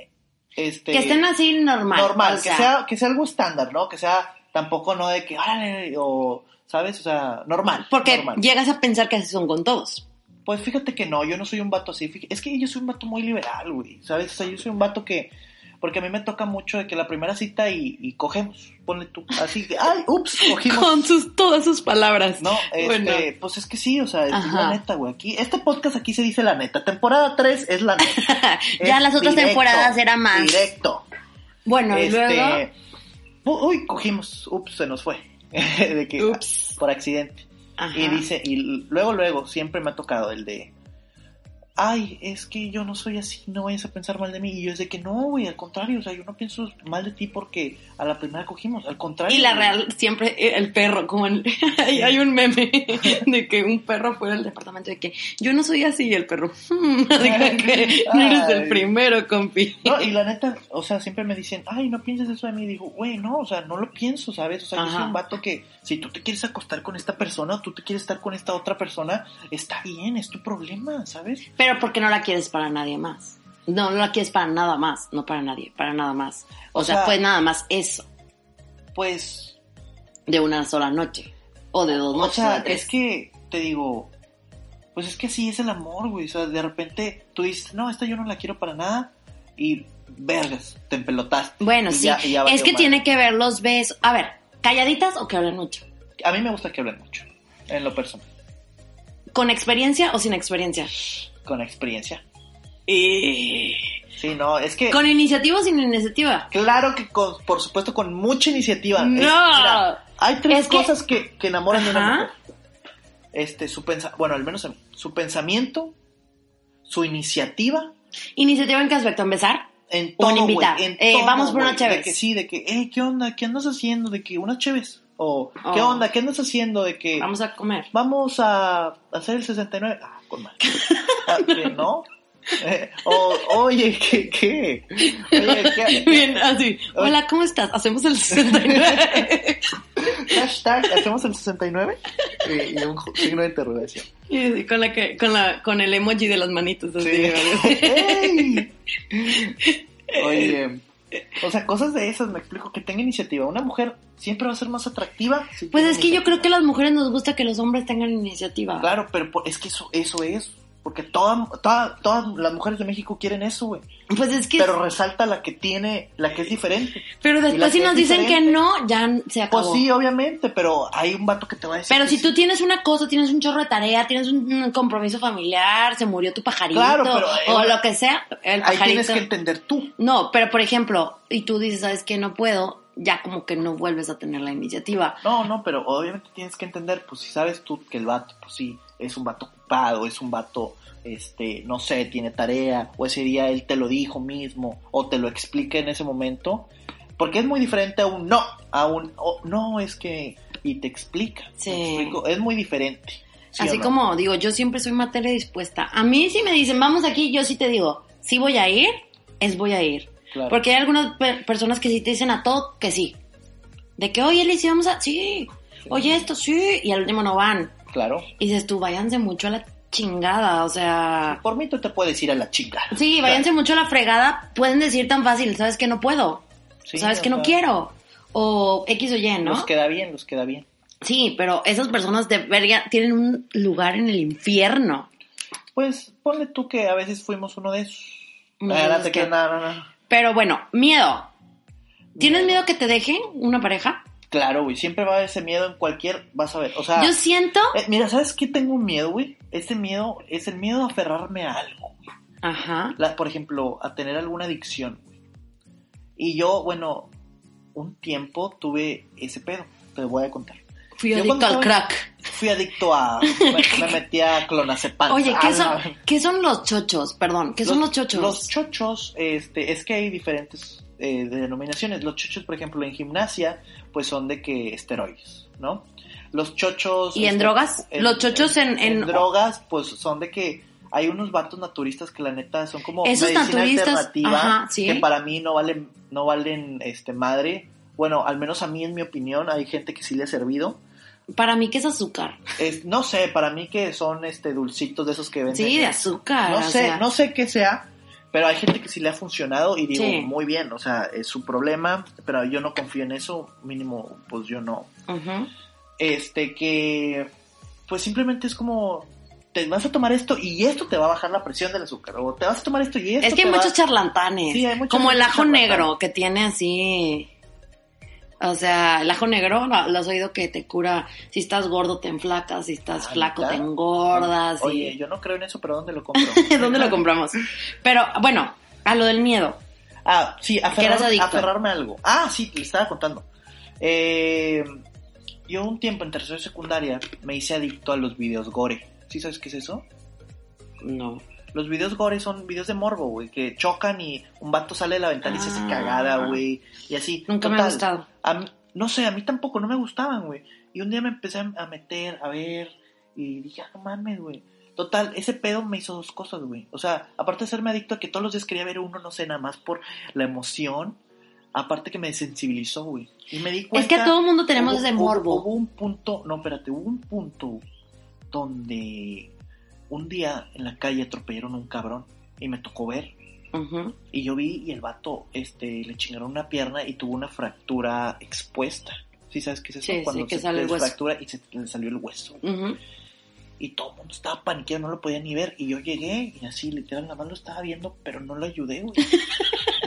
este
que estén así normal. pues,
normal,
o sea,
que sea que sea algo estándar, ¿no? Que sea tampoco no de que órale o sabes, o sea, normal.
Porque
normal.
llegas a pensar que así son con todos.
Pues fíjate que no, yo no soy un vato así. Fí- Es que yo soy un vato muy liberal, güey. ¿Sabes? O sea, yo soy un vato que. Porque a mí me toca mucho de que la primera cita y, y cogemos. Ponle tú. Así de, ay, ups, cogimos.
Con sus, todas sus palabras.
No, este,
<laughs> Bueno.
pues es que sí, o sea, es la
Ajá.
neta, güey. Aquí, este podcast aquí se dice la neta. Temporada 3 es la neta.
<laughs> Ya
Es
las otras temporadas era más.
Directo.
Bueno, y luego.
Este, u- Uy, cogimos. Ups, se nos fue. <laughs> de que,
Ups.
Por accidente.
Ajá.
Y dice, y l- luego, luego, siempre me ha tocado el de, ay, es que yo no soy así, no vayas a pensar mal de mí. Y yo es de que no, güey, al contrario, o sea, yo no pienso mal de ti porque a la primera cogimos, al contrario.
Y la
güey.
real siempre eh, el perro, como el- <laughs> hay, hay un meme <laughs> de que un perro fuera del departamento de que yo no soy así y el perro, <laughs> "Hmm", así como que no eres
Ay.
el primero, compi.
No, y la neta, o sea, siempre me dicen, ay, no pienses eso de mí. Y digo, güey, no, o sea, no lo pienso, ¿sabes? O sea, yo soy
Ajá.
un vato que si tú te quieres acostar con esta persona o tú te quieres estar con esta otra persona, está bien, es tu problema, ¿sabes?
Pero porque no la quieres para nadie más. No, no la quieres para nada más, no para nadie, para nada más. O,
O
sea,
sea-
fue nada más eso,
Pues,
de una sola noche, o de dos
o
noches. o
sea,
de tres.
es que te digo, pues es que así es el amor, güey. O sea, de repente tú dices, no, esta yo no la quiero para nada. Y vergas, te empelotaste.
Bueno,
Y
sí,
ya- y ya
es
valió
que
madre.
tiene que ver los besos. A ver, calladitas o que hablen mucho.
A mí me gusta que hablen mucho, en lo personal,
¿Con experiencia o sin experiencia?
con experiencia.
Eh,
Sí, no, es que...
¿Con iniciativa o sin iniciativa?
Claro que, con, por supuesto, con mucha iniciativa.
No.
Es- mira, hay tres
Es que-
cosas que, que enamoran de una
Ajá.
mujer. Este, su pensa bueno, al menos a mí. Su pensamiento, su iniciativa,
¿Iniciativa en qué aspecto? ¿En besar?
en
O
todo,
en
güey,
invitar.
en
Eh,
todo,
vamos por
güey,
unas cheves.
De que sí, de que, hey, ¿qué onda? ¿Qué andas haciendo? De que unas cheves. O, ¿qué
Oh.
onda? ¿Qué andas haciendo? De que...
Vamos a comer.
vamos a hacer el 69. Ah, con
<laughs>
madre. Ah, que ¿No? Eh, o- oye, ¿qué? qué? Oye,
<laughs>
¿qué?
Bien, así. Hola, ¿cómo estás? Hacemos el
<laughs>
69.
Hashtag, ¿hacemos el 69? Eh, Y un signo de interrogación.
Y así, con, la que, con, la, con el emoji de las manitas. así.
Sí. ¡Ey! <laughs> Oye, o sea, cosas de esas, me explico, que tenga iniciativa. Una mujer siempre va a ser más atractiva. si
Pues
tiene
es que yo
iniciativa.
creo que a las mujeres nos gusta que los hombres tengan iniciativa.
Claro, pero por- es que eso, eso es. Porque toda, toda- todas las mujeres de México quieren eso, güey.
Pues es que...
Pero
Pero,
resalta la que tiene, la que es diferente. y la
después si
que
nos
es
dicen que
diferente.
no, ya se
Pues
acabó.
sí, obviamente, pero hay un vato que te va a decir.
Pero
que
si
sí.
tú tienes una cosa, tienes un chorro de tarea, tienes un, un compromiso familiar, se murió tu pajarito
Claro, pero, eh,
o lo que sea, el
Ahí tienes
pajarito.
que entender tú.
No, pero por ejemplo, y tú dices, ¿sabes qué? No puedo, ya como que no vuelves a tener la iniciativa.
No, no, pero obviamente tienes que entender, pues si sabes tú que el vato, pues sí, es un vato ocupado, es un vato, este, no sé, tiene tarea, o ese día él te lo dijo mismo, o te lo explica en ese momento, porque es muy diferente a un no, a un oh, no, es que, y te explica,
Sí.
¿me explico? es muy diferente. ¿sí
Así
o no?
como digo, yo siempre soy materia dispuesta. A mí si me dicen, vamos aquí, yo sí te digo, sí voy a ir, es voy a ir.
Claro.
Porque hay algunas pe- personas que sí te dicen a todo que sí. De que, oye, Liz, ¿sí vamos a... Sí. Oye, esto sí. Y al último no van.
Claro.
Y dices tú, váyanse mucho a la chingada, o sea...
Por mí tú te puedes ir a la chica.
Sí, váyanse mucho a la fregada. Pueden decir tan fácil, sabes que no puedo, sabes que no quiero, o X o Y, ¿no?
Los queda bien, los queda bien.
Sí, pero esas personas de verga tienen un lugar en el infierno.
Pues ponle tú que a veces fuimos uno de esos.
Uno de
Ah, no
esos
te
que-
creas, no, no, no.
Pero bueno, miedo. ¿Tienes miedo que te dejen una pareja?
Claro, güey, siempre va a haber ese miedo en cualquier, vas a ver, o sea,
Yo siento...
eh, mira, ¿sabes qué tengo un miedo, güey? Ese miedo es el miedo a aferrarme a algo, güey.
Ajá.
La- por ejemplo, a tener alguna adicción, güey. Y yo, bueno, un tiempo tuve ese pedo, te voy a contar.
Fui
Yo
adicto
cuando
al
estaba-
crack.
Fui adicto a, me, me metí a clonazepam.
Oye, ¿qué
Ah,
son,
la-
¿qué son los chochos? Perdón, ¿qué son los chochos?
Los chochos, este, es que hay diferentes eh, denominaciones. Los chochos, por ejemplo, en gimnasia, pues son de que esteroides, ¿no? Los chochos...
¿Y en
este,
drogas? Los chochos en- en-
drogas, pues son de que hay unos vatos naturistas que la neta son como
Esos
medicina
naturistas,
alternativa
ajá, sí.
que para mí no valen, no valen este madre. Bueno, al menos a mí, en mi opinión, hay gente que sí le ha servido.
Para mí, ¿qué es azúcar?
Es- no sé, para mí que son este dulcitos de esos que venden.
Sí, de
en-
azúcar.
no
o
sé,
sea.
no sé qué sea, pero hay gente que sí le ha funcionado y digo,
Sí.
muy bien, o sea, es su problema, pero yo no confío en eso, mínimo, pues yo no.
Ujú.
Este que, pues simplemente es como, te vas a tomar esto y esto te va a bajar la presión del azúcar, o te vas a tomar esto y esto
Es que hay
te va-
muchos charlatanes.
Sí, hay muchos
como el ajo
charlatanes.
negro que tiene así. O sea, el ajo negro, lo, lo has oído que te cura. Si estás gordo, te enflacas. Si estás
Ah,
flaco,
¿neta?
te engordas.
Oye,
<laughs> y-
yo no creo en eso, pero ¿dónde lo compro?
<laughs> ¿Dónde lo compramos? Pero bueno, a lo del miedo.
Ah, sí,
eras
aferrarme,
adicto.
aferrarme a algo. Ah, sí, le estaba contando. Eh, yo un tiempo en tercero de secundaria me hice adicto a los videos gore. ¿Sí sabes qué es eso?
No.
Los videos gore son videos de morbo, güey, que chocan y un vato sale de la ventana y se hace
Ah.
cagada, güey, y así.
Nunca me ha
Total,
gustado.
a mí- no sé, a mí tampoco, no me gustaban, güey. Y un día me empecé a a meter, a ver, y dije, "Ah, no mames, güey. Total, ese pedo me hizo dos cosas, güey. O sea, aparte de serme adicto a que todos los días quería ver uno, no sé, nada más por la emoción, aparte que me sensibilizó, güey. Y me di cuenta...
Es que a todo mundo tenemos
Hubo-
ese
hubo-
morbo.
Hubo, un punto, no, espérate, hubo un punto donde un día en la calle atropellaron a un cabrón y me tocó ver.
Ujú.
Y yo vi y el vato este, le chingaron una pierna y tuvo una fractura expuesta. ¿Sí sabes qué es eso?
Sí, sí,
Cuando
que
se
sale
te
el hueso.
fractura y se te- le salió el hueso.
Ujú.
Y todo el mundo estaba paniqueado, no lo podía ni ver. Y yo llegué y así, literal, la mano lo estaba viendo, pero no lo ayudé,
<laughs>
güey.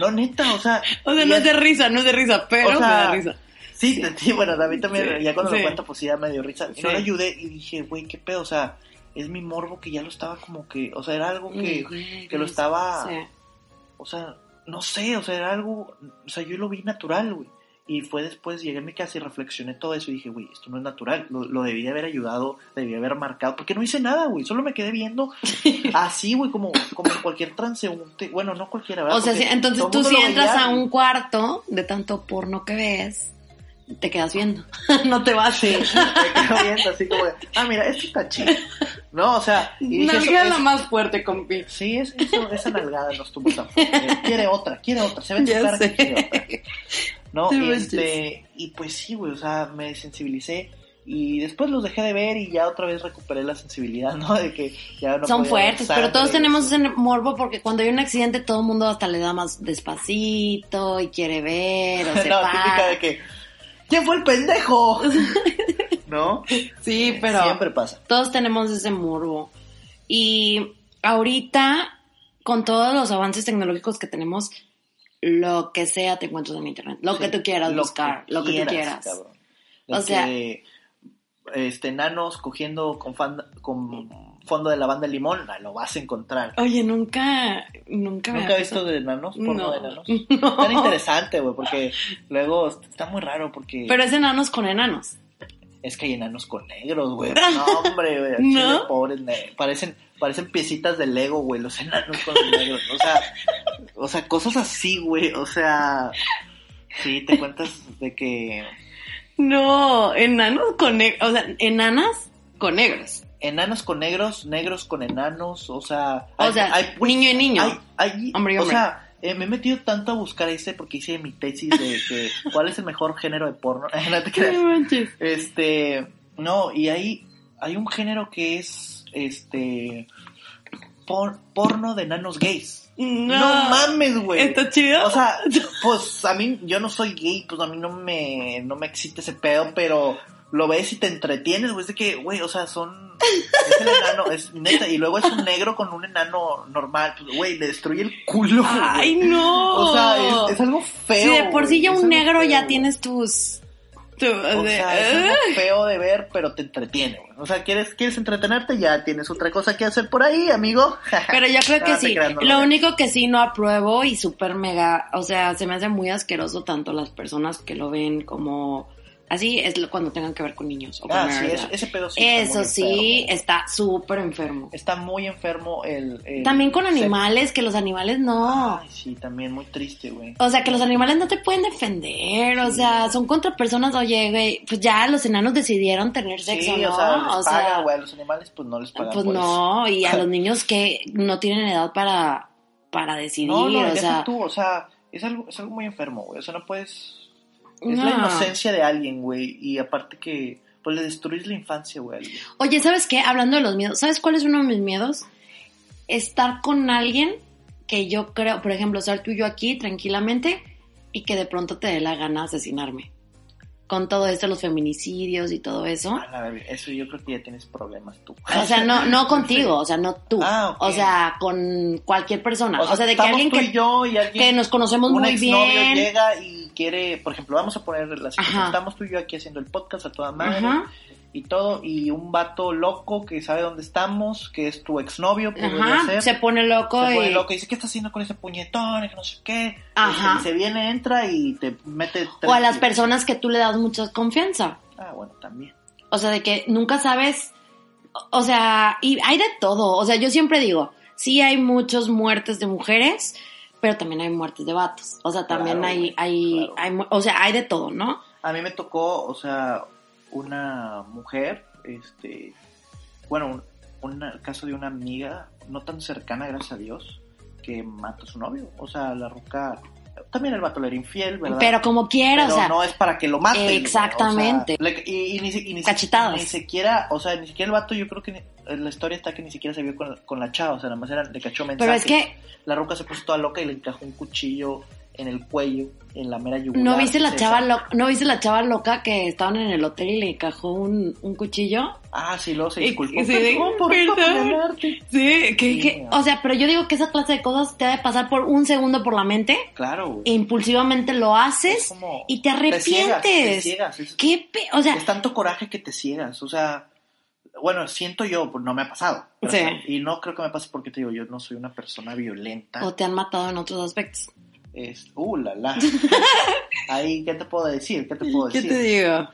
No, neta, o sea...
O sea,
y
no es
es-
de risa, no es de risa, pero
O sea,
me da risa.
Sí, <laughs> te- sí, bueno, a mí también,
Sí,
ya cuando
sí.
lo cuento, pues sí, ya me dio risa. Y No
Sí.
lo ayudé y dije, güey, qué pedo, o sea, es mi morbo que ya lo estaba como que, o sea, era algo que,
Ay, güey,
que lo
sí,
estaba,
sí.
o sea, no sé, o sea, era algo, o sea, yo lo vi natural, güey. Y fue después, llegué a mi casa y reflexioné todo eso y dije, güey, esto no es natural, lo, lo debí de haber ayudado, debí de haber marcado, porque no hice nada, güey, solo me quedé
<laughs>
viendo así, güey, como, como cualquier transeúnte, bueno, no cualquiera, ¿verdad?
O sea,
Porque
sí, entonces
todo el
tú
mundo
si
lo
entras
veía
a
y-
un cuarto de tanto porno que ves, te quedas viendo. <laughs> no te vas.
Sí, me quedo viendo así como de, ah, mira, esto está chido. No, o sea, y dije, eso-
Nalga la
es-
más fuerte, compi.
sí, es, eso- esa nalgada nos tuvo tan fuerte. Quiere otra, quiere otra, se ve en tu
Ya
cara que
sé.
quiere otra. No,
Sí,
y,
manches.
este, y pues sí, güey, o sea, me sensibilicé y después los dejé de ver y ya otra vez recuperé la sensibilidad, ¿no? De que ya no
Son
podía ver
fuertes, pero todos
sangre.
tenemos ese morbo porque cuando hay un accidente todo el mundo hasta le da más despacito y quiere ver
<laughs>
o se
No,
para.
típica de que, ¿quién fue el
<laughs>
pendejo? ¿No?
Sí, pero
Siempre pasa.
todos tenemos ese morbo. Y ahorita, con todos los avances tecnológicos que tenemos, lo que sea te encuentras en internet. Lo que
Sí,
tú quieras
lo
buscar, lo que tú quieras.
cabrón.
O
De
sea-
que, este, nanos cogiendo con, fan- con fondo de lavanda de limón, ah, lo vas a encontrar.
Oye, nunca, nunca me
¿Nunca
ha
he visto de nanos? ¿Porno
No.
de
<laughs>
nanos? Tan interesante, güey, porque luego está muy raro porque
Pero es enanos con enanos.
es que hay enanos con negros,
<laughs>
güey. No, hombre, güey. al
¿No?
chile, Pobres, ne- parecen, parecen piecitas de Lego, güey, los enanos con los negros. O sea, o sea, cosas así, güey. O sea, sí, te cuentas de que
No, enanos con negros. O sea, enanas con negros.
enanos con negros, negros con enanos, o sea,
O sea,
güey,
niño y niño.
hay- hay-
Hombre y
o
hombre.
sea, eh, me he metido tanto a buscar ese porque hice mi tesis de
<laughs>
que cuál es el mejor género de porno. <laughs> No te creas.
No manches.
Este, no, y hay, hay un género que es este por- porno de enanos gays. No, mames, güey.
¿Está chido?
O sea, pues a mí, yo no soy gay, pues a mí no me, no me excita ese pedo, pero lo ves y te entretienes, güey. Es de que, güey, o sea, son. Es el enano, es neta. Y luego es un negro con un enano normal, pues, güey, le destruye el culo. güey.
Ay, no.
O sea, es, es algo feo.
Si de por Oh. sí
güey,
ya
es
un
algo
negro ya
feo.
tienes tus. tu- ¡ah!
O
de- ¿eh?
sea, es algo feo de ver, pero te entretiene, güey. O sea, ¿quieres, quieres entretenerte, ya tienes otra cosa que hacer por ahí,
<laughs>
amigo.
Pero yo creo que
Ah, te
sí.
creas, no lo
lo
veo.
único que sí no apruebo y súper mega, o sea, se me hace muy asqueroso tanto las personas que lo ven como así, es lo- cuando tengan que ver con niños. O
Ah,
con
sí,
menores de
eso-
edad.
ese pedo sí. está
Eso
muy
sí,
enfermo.
está súper enfermo.
Está muy enfermo el. el
También con
sexo.
animales, que los animales no.
Ay, sí, también muy triste, güey.
O sea, que los animales no te pueden defender, o sea, son contra personas, oye, güey, pues ya los enanos decidieron tener sexo,
sí,
¿no?
o sea, les pagan, güey. A los animales, pues no les pagan.
Pues
por eso.
no, y
<laughs>
a los niños que no tienen edad para, para decidir,
No, no,
o
deja
sea,
tú, o sea, es algo, es algo muy enfermo, güey. O sea, no puedes. Es
no.
la inocencia de alguien, güey. Y aparte que. Pues le destruyes la infancia, güey. a alguien.
Oye, ¿sabes qué? Hablando de los miedos, ¿sabes cuál es uno de mis miedos? Estar con alguien que yo creo, por ejemplo, estar tú y yo aquí tranquilamente y que de pronto te dé la gana asesinarme. Con todo esto, los feminicidios y todo eso.
A la verga, Eso yo creo que ya tienes problemas tú.
O sea, no, no contigo, o sea, no tú.
Ah, ok.
O sea, con cualquier persona. O sea, de que
estamos
alguien
tú y
que,
yo y alguien
que nos conocemos
un
muy
exnovio
bien.
llega y quiere, por ejemplo, vamos a poner la situación,
Ajá.
estamos tú y yo aquí haciendo el podcast a toda madre
Ajá.
y todo y un vato loco que sabe dónde estamos, que es tu exnovio, podría
Ajá,
ser.
se pone loco
se pone
y...
loco y dice, ¿qué estás haciendo con ese puñetón? Y que no sé qué.
Ajá.
Y se viene, entra y te mete... tres
O a las
tiros.
personas que tú le das mucha confianza.
Ah, bueno, también.
O sea, de que nunca sabes. o- O sea, y hay de todo. O sea, yo siempre digo, sí hay muchas muertes de mujeres, pero también hay muertes de vatos. O sea, también
Claro,
hay,
güey,
hay,
claro.
hay mu- o sea, hay de todo, ¿no?
A mí me tocó, o sea, una mujer, este, bueno, un una- caso de una amiga, no tan cercana, gracias a Dios, que mata a su novio. O sea, la ruca También el vato le era infiel, ¿verdad?
Pero como quiera,
Pero
o sea.
no es para que lo maten. güey,
Exactamente.
o sea, le- y, y ni, si- y ni si-
Cachetadas.
Ni siquiera, o sea, ni siquiera el vato, yo creo que ni- la historia está que ni siquiera se vio con, con la chava, o sea, nada más era, le cachó mensajes.
Pero es que
La roca se puso toda loca y le encajó un cuchillo en el cuello, en la mera yugular.
no viste la
Se
chava
sa-
loca, no viste la chava loca que estaban en el hotel y le encajó un, un cuchillo.
Ah, sí, luego se
Y-
disculpó.
y se de-
Perdón por
perdón.
condenarte.
Sí, que,
Sí,
que-
no.
o sea, pero yo digo que esa clase de cosas te ha de pasar por un segundo por la mente
Claro, güey.
e impulsivamente lo
Es
haces
como-
y te
te ciegas, te
arrepientes.
ciegas, es-
¿Qué pe- o sea,
es tanto coraje que te ciegas, o sea, bueno, siento yo, pues no me ha pasado. pero,
Sí.
o sea, y no creo que me pase porque te digo, yo no soy una persona violenta.
o te han matado en otros aspectos.
Es, uh, la,
<laughs>
la. Ahí, ¿qué te puedo decir? ¿Qué te puedo
¿Qué
decir?
te digo?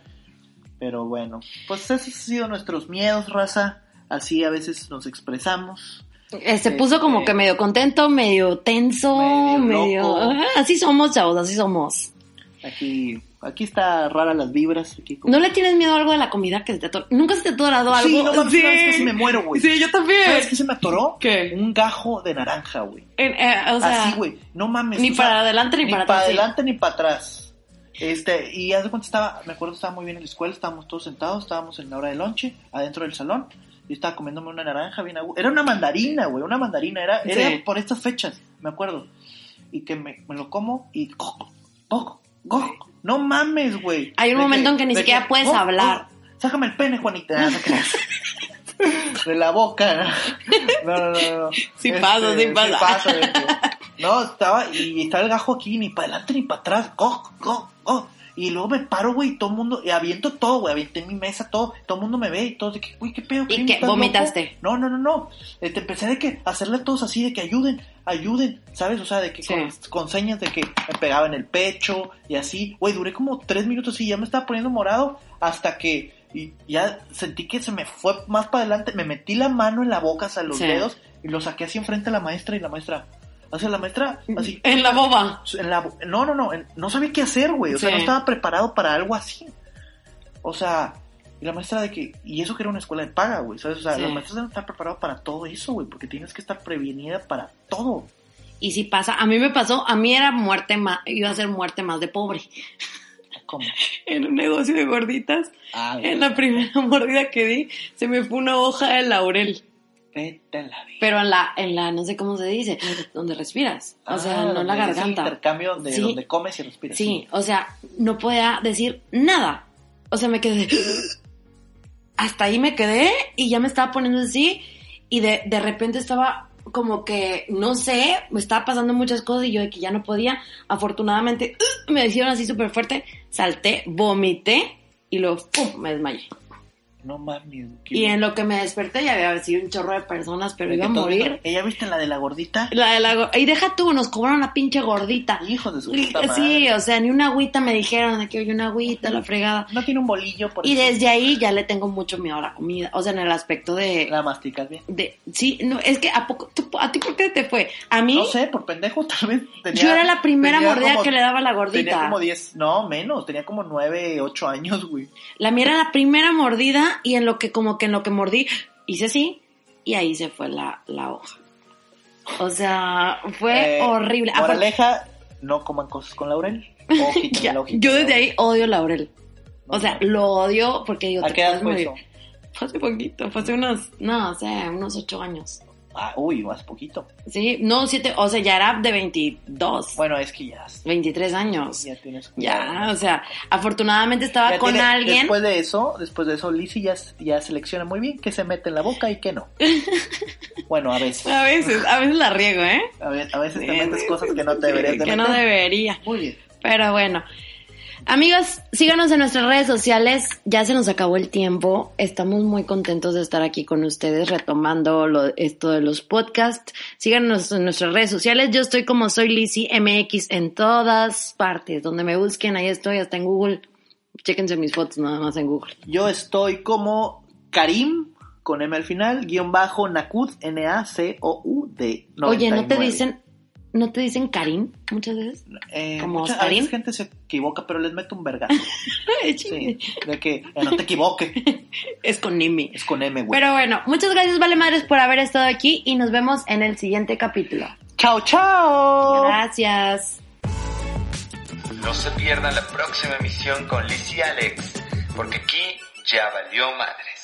Pero bueno, pues esos han sido nuestros miedos, raza. Así a veces nos expresamos.
Eh, se puso como
Este-
que medio contento, medio tenso,
Medio
medio.
loco.
Ajá, Así somos, chavos, así somos.
Aquí, aquí está rara las vibras. Aquí como-
¿No le tienes miedo a algo de la comida que se te ator- ¿Nunca se te ha atorado algo?
Sí, no mames, sabes que se me muero, güey.
Sí, yo
¿Sabes
también.
qué se me atoró?
¿Qué?
Un gajo de naranja, güey.
En- eh, o sea,
Así, güey. No mames.
ni
o sea,
para adelante ni para atrás, sí.
adelante ni para atrás. Este, y haz de cuenta, estaba, me acuerdo, estaba muy bien en la escuela, estábamos todos sentados, estábamos en la hora de lonche, adentro del salón. Yo estaba comiéndome una naranja bien agu- Era una mandarina, güey, una mandarina. Era, era
Sí.
por estas fechas, me acuerdo. Y que me, me lo como y... ¡Goc! ¡Goc! ¡Goc! No mames, güey.
Hay un
De
momento en que ni
de
siquiera puedes
¡Goc!
hablar.
¡Goc! Sácame el pene, Juanita. Ah, no
<laughs>
creas. De la boca. No, no, no.
<laughs>
no.
Sí pasa, sí pasa.
de
<laughs>
que- No, estaba, y estaba el gajo aquí, ni para adelante ni para atrás. Go, go, go. Y luego me paro, güey, y todo el mundo, y aviento todo, güey, avienté mi mesa, todo, todo el mundo me ve y todo, de que, güey, qué pedo.
¿Y
Jimmy,
qué?
¿estás loco?
¿Vomitaste?
No, no, no, no. Eh, Te empecé de que, hacerle a todos así, de que ayuden, ayuden, ¿sabes? O sea, de que
Sí.
con, con señas de que me pegaba en el pecho y así. Güey, duré como tres minutos y ya me estaba poniendo morado hasta que y ya sentí que se me fue más para adelante. Me metí la mano en la boca, hasta los
Sí.
dedos, y lo saqué así enfrente a la maestra y la maestra. Hacia la maestra, así.
En la boba.
En la, bo- no, no, no, en- no sabía qué hacer, güey. O sea,
Sí.
no estaba preparado para algo así. O sea, y la maestra de que. Y eso que era una escuela de paga, güey. ¿Sabes? O sea,
Sí.
los maestros deben estar preparados para todo eso, güey. Porque tienes que estar prevenida para todo.
Y si pasa, a mí me pasó, a mí era muerte más, iba a ser muerte más de pobre.
¿Cómo?
En un negocio de gorditas,
Ah,
en la primera <laughs> mordida que di, se me fue una hoja de laurel.
Vete a la vida.
Pero en la, en la, no sé cómo se dice, donde respiras. O sea,
Ah,
no en
donde
la
es el
garganta.
intercambio de
Sí.
donde comes y respiras.
Sí, o sea, no podía decir nada. O sea,
<laughs>
me quedé. Hasta ahí me quedé y ya me estaba poniendo así. Y de, de repente estaba como que, no sé, me estaba pasando muchas cosas y yo de que ya no podía. Afortunadamente, uh, me hicieron así súper fuerte. Salté, vomité y luego, ¡pum! me desmayé.
No mames. qué
Y en lo que me desperté ya había sido un chorro de personas, pero
De
iba a
que todo
morir.
eso- ¿Ella viste la de la gordita?
La de la go- y deja tú, nos cobraron la pinche gordita.
Hijo de su
Sí,
puta
Sí,
madre.
o sea, ni una agüita me dijeron de que oye una agüita, la fregada.
No tiene un bolillo por
Y
eso.
desde ahí ya le tengo mucho miedo a la comida. O sea, en el aspecto de.
La masticas bien.
de sí, no, es que a poco. tú- ¿A ti por qué te fue? A mí,
No sé, por pendejo <laughs> tal vez tenía-
yo era la primera
tenía
mordida
como-
que le daba la
Tenía
gordita.
como 10, no, menos, tenía como 9, 8 años, güey.
La mía era la primera mordida y en lo que, como que en lo que mordí, hice así y ahí se fue la, la hoja. O sea, fue
Eh,
horrible. Aparte-
Moraleja, no coman cosas con
<laughs>
laurel. O quiten <laughs>
Ya,
la hojita
yo
de
desde
laurel.
ahí odio laurel.
No,
o sea,
no.
lo odio porque yo
¿A qué edad fue
morir.
eso?
Fue hace poquito, fue hace unos, no, o sea, unos ocho años.
Ah, uy, más poquito.
Sí, no, siete, o sea, ya era de 22,
Bueno, es que ya,
23 años.
ya tienes cuidado, ¿no?
Ya, o sea, afortunadamente estaba
Ya
con
tiene-
alguien.
Después de eso, después de eso, Lizzie ya, ya selecciona muy bien qué se mete en la boca y qué
<laughs>
no. bueno, a veces.
A veces, a veces la riego, ¿eh?
A, ve- a veces te metes cosas que no te deberías de
Que no
meter.
debería.
Muy bien.
Pero bueno. Amigos, síganos en nuestras redes sociales. Ya se nos acabó el tiempo. Estamos muy contentos de estar aquí con ustedes retomando lo- esto de los podcasts. Síganos en nuestras redes sociales. Yo estoy como soy Lizzy MX en todas partes. Donde me busquen, ahí estoy, hasta en Google. Chéquense mis fotos nada más en Google.
Yo estoy como Karim, con M al final, guión bajo Nakud, N-A-C-O-U-D. 99.
Oye, ¿no te dicen, no te dicen Karim muchas veces?
Eh,
como
mucha, a
Karim?
veces gente se equivoca, pero les meto un
<laughs>
vergazo. Sí, de que eh, no te equivoques.
Es con Nimi.
Es con M, güey.
Pero bueno, muchas gracias, Vale Madres, por haber estado aquí y nos vemos en el siguiente capítulo.
Chao, chao.
Gracias.
No se pierdan la próxima emisión con Liz y Alex, porque aquí ya valió madre.